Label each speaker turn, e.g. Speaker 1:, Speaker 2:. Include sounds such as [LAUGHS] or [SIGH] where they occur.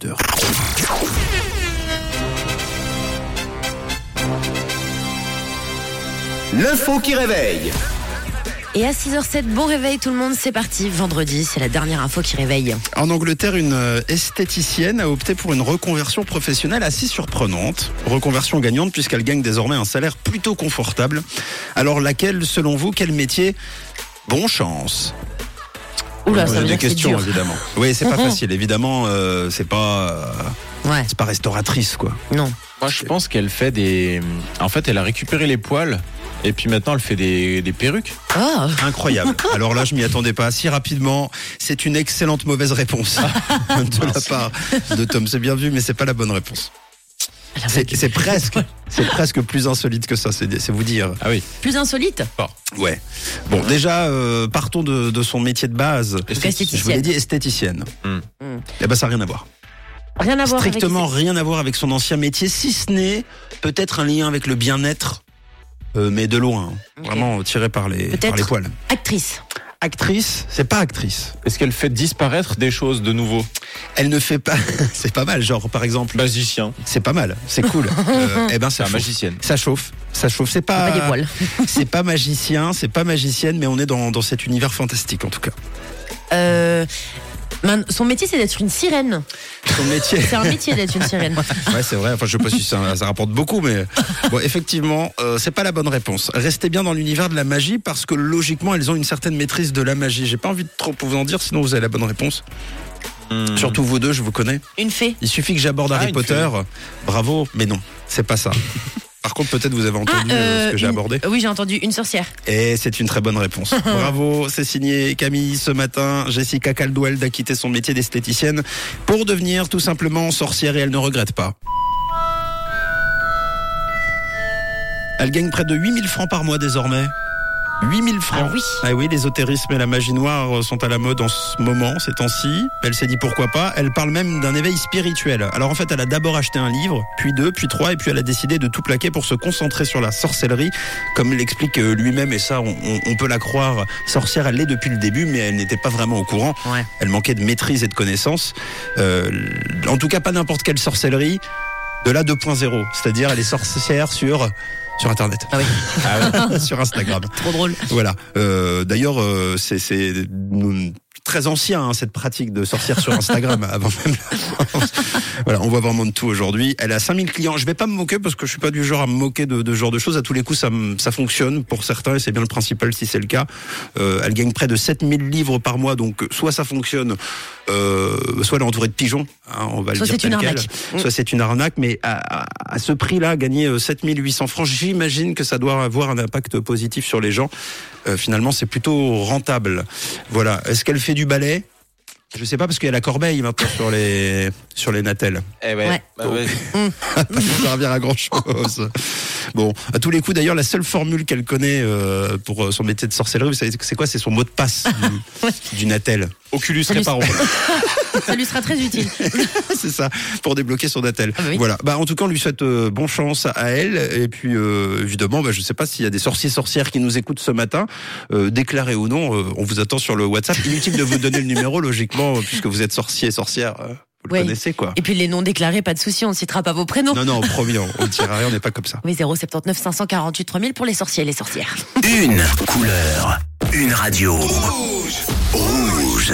Speaker 1: Heures.
Speaker 2: L'info qui réveille.
Speaker 3: Et à 6h07, bon réveil tout le monde, c'est parti. Vendredi, c'est la dernière info qui réveille.
Speaker 1: En Angleterre, une euh, esthéticienne a opté pour une reconversion professionnelle assez surprenante. Reconversion gagnante puisqu'elle gagne désormais un salaire plutôt confortable. Alors laquelle, selon vous, quel métier Bon chance.
Speaker 3: Oula, ça
Speaker 1: Euh,
Speaker 3: veut
Speaker 1: des
Speaker 3: dire que c'est
Speaker 1: questions
Speaker 3: dur.
Speaker 1: évidemment. Oui,
Speaker 3: [LAUGHS]
Speaker 1: c'est pas facile. Évidemment, euh, c'est pas, euh,
Speaker 3: Ouais,
Speaker 1: c'est pas restauratrice quoi.
Speaker 3: non.
Speaker 4: Moi, je pense qu'elle fait des. En fait, elle a récupéré les poils et puis maintenant elle fait des, des perruques.
Speaker 3: Oh,
Speaker 1: Incroyable. Alors là, je m'y attendais pas si rapidement. C'est une excellente mauvaise
Speaker 3: [LAUGHS]
Speaker 1: réponse de la part de Tom. C'est bien vu, mais c'est pas la bonne réponse.
Speaker 3: Alors,
Speaker 1: C'est c'est presque, c'est presque plus insolite que ça. C'est c'est vous dire.
Speaker 4: Ah oui.
Speaker 3: plus insolite
Speaker 1: Ouais. Bon, déjà, euh, partons de, de son métier de base.
Speaker 3: Donc,
Speaker 1: Je vous l'ai
Speaker 3: esthéticienne.
Speaker 1: dit, esthéticienne.
Speaker 4: Hmm.
Speaker 3: Hmm.
Speaker 1: Eh ben, ça n'a rien à voir.
Speaker 3: Rien à voir avec-
Speaker 1: Strictement rien à voir avec son ancien métier, si ce n'est peut-être un lien avec le bien-être, euh, mais de loin. hein.
Speaker 3: Ok.
Speaker 1: Vraiment tiré par les, par
Speaker 3: Peut-être.
Speaker 1: les poils.
Speaker 3: Actrice.
Speaker 1: Actrice, c'est pas actrice.
Speaker 4: Est-ce qu'elle fait disparaître des choses de nouveau
Speaker 1: Elle ne fait pas. [LAUGHS] c'est pas mal, genre, par exemple.
Speaker 4: Magicien.
Speaker 1: C'est pas mal, c'est cool. Euh, [LAUGHS] eh ben, ça
Speaker 4: C'est un
Speaker 1: chauffe.
Speaker 4: magicienne.
Speaker 1: Ça chauffe, ça chauffe. C'est
Speaker 3: Pas
Speaker 1: pas,
Speaker 3: des voiles.
Speaker 1: [LAUGHS] c'est pas magicien, c'est pas magicienne, mais on est dans, dans cet univers fantastique en tout cas.
Speaker 3: Euh, man- son métier, c'est d'être une sirène.
Speaker 1: Son métier.
Speaker 3: C'est un métier d'être une sirène.
Speaker 1: [LAUGHS] Ouais, c'est vrai. Enfin, je sais pas si ça, ça rapporte beaucoup, mais bon, effectivement, euh, c'est pas la bonne réponse. Restez bien dans l'univers de la magie parce que logiquement, elles ont une certaine maîtrise de la magie. J'ai pas envie de trop vous en dire, sinon vous avez la bonne réponse.
Speaker 4: Hmm.
Speaker 1: Surtout vous deux, je vous connais.
Speaker 3: Une fée.
Speaker 1: Il suffit que j'aborde
Speaker 4: Ah,
Speaker 1: Harry
Speaker 4: une
Speaker 1: Potter. Bravo, mais non, c'est pas ça. Par contre, peut-être vous avez entendu euh,
Speaker 3: euh,
Speaker 1: ce que j'ai
Speaker 3: une-
Speaker 1: abordé.
Speaker 3: Oui, j'ai entendu une sorcière.
Speaker 1: Et c'est une très bonne
Speaker 3: [LAUGHS]
Speaker 1: réponse. Bravo, c'est signé Camille ce matin. Jessica Caldwell a quitté son métier d'esthéticienne pour devenir tout simplement sorcière et elle ne regrette pas. Elle gagne près de 8000 francs par mois désormais. 8000 francs.
Speaker 3: Ah oui.
Speaker 1: Ah oui, l'ésotérisme et la magie noire sont à la mode en ce moment, ces temps-ci. Elle s'est dit pourquoi pas. Elle parle même d'un éveil spirituel. Alors en fait, elle a d'abord acheté un livre, puis deux, puis trois, et puis elle a décidé de tout plaquer pour se concentrer sur la sorcellerie, comme l'explique euh, lui-même, et ça, on, on- on peut la croire. Sorcière, elle l'est depuis le début, mais elle n'était pas vraiment au courant.
Speaker 3: Ouais.
Speaker 1: Elle manquait de maîtrise et de connaissances. Euh, en tout cas, pas n'importe quelle sorcellerie, de la 2.0. C'est-à-dire, elle est sorcière sur, sur Internet.
Speaker 3: Ah
Speaker 1: [LAUGHS]
Speaker 3: oui.
Speaker 1: sur Instagram.
Speaker 3: [LAUGHS] Trop drôle.
Speaker 1: Voilà. Euh, D'ailleurs, euh, c'est- c'est mm, très ancien hein, cette pratique de sorcière sur Instagram [LAUGHS] avant même. la France. voilà, on voit vraiment de tout aujourd'hui. Elle a 5000 clients. Je vais pas me moquer parce que je suis pas du genre à me moquer de, de ce genre de choses. À tous les coups, ça, me- ça fonctionne pour certains et c'est bien le principal si c'est le cas. Euh, elle gagne près de 7000 livres par mois, donc soit ça fonctionne, euh, soit elle est entourée de pigeons. hein, on va le
Speaker 3: Soit
Speaker 1: dire
Speaker 3: c'est une
Speaker 1: tel quel.
Speaker 3: arnaque. Mm.
Speaker 1: Soit c'est une arnaque, mais à, à- à ce prix-là, gagner euh, 7800 francs, j'imagine que ça doit avoir un impact positif sur les gens. Euh, finalement, c'est plutôt rentable. Voilà. Est-ce qu'elle fait du ballet Je sais pas, parce qu'il y a la corbeille maintenant sur les, sur les natelles.
Speaker 4: Eh ouais.
Speaker 3: Ouais.
Speaker 4: Bah ouais.
Speaker 1: Ça ne servir à grand-chose. Bon, à tous les coups, d'ailleurs, la seule formule qu'elle connaît euh, pour euh, son métier de sorcellerie, vous savez, c'est quoi C'est son mot de passe du,
Speaker 3: [LAUGHS]
Speaker 1: du natel. [LAUGHS]
Speaker 4: Oculus Reparo.
Speaker 3: Ça lui sera très utile.
Speaker 1: c'est ça, pour débloquer son attel.
Speaker 3: Ah bah oui.
Speaker 1: Voilà. Bah en tout cas, on lui souhaite euh, bonne chance à elle. Et puis euh, évidemment, bah, je sais pas s'il y a des sorciers sorcières qui nous écoutent ce matin, euh, déclarés ou non, euh, on vous attend sur le WhatsApp. Inutile de vous donner le numéro [LAUGHS] logiquement euh, puisque vous êtes sorcier et sorcière, euh, vous
Speaker 3: Oui.
Speaker 1: le connaissez quoi.
Speaker 3: Et puis les non déclarés, pas de souci, on ne citera pas vos prénoms.
Speaker 1: Non non, promis, on, on ne dira rien, on n'est pas comme ça.
Speaker 3: Oui, 079 548 3000 pour les sorciers et les sorcières.
Speaker 2: Une couleur. Une radio. Rouge.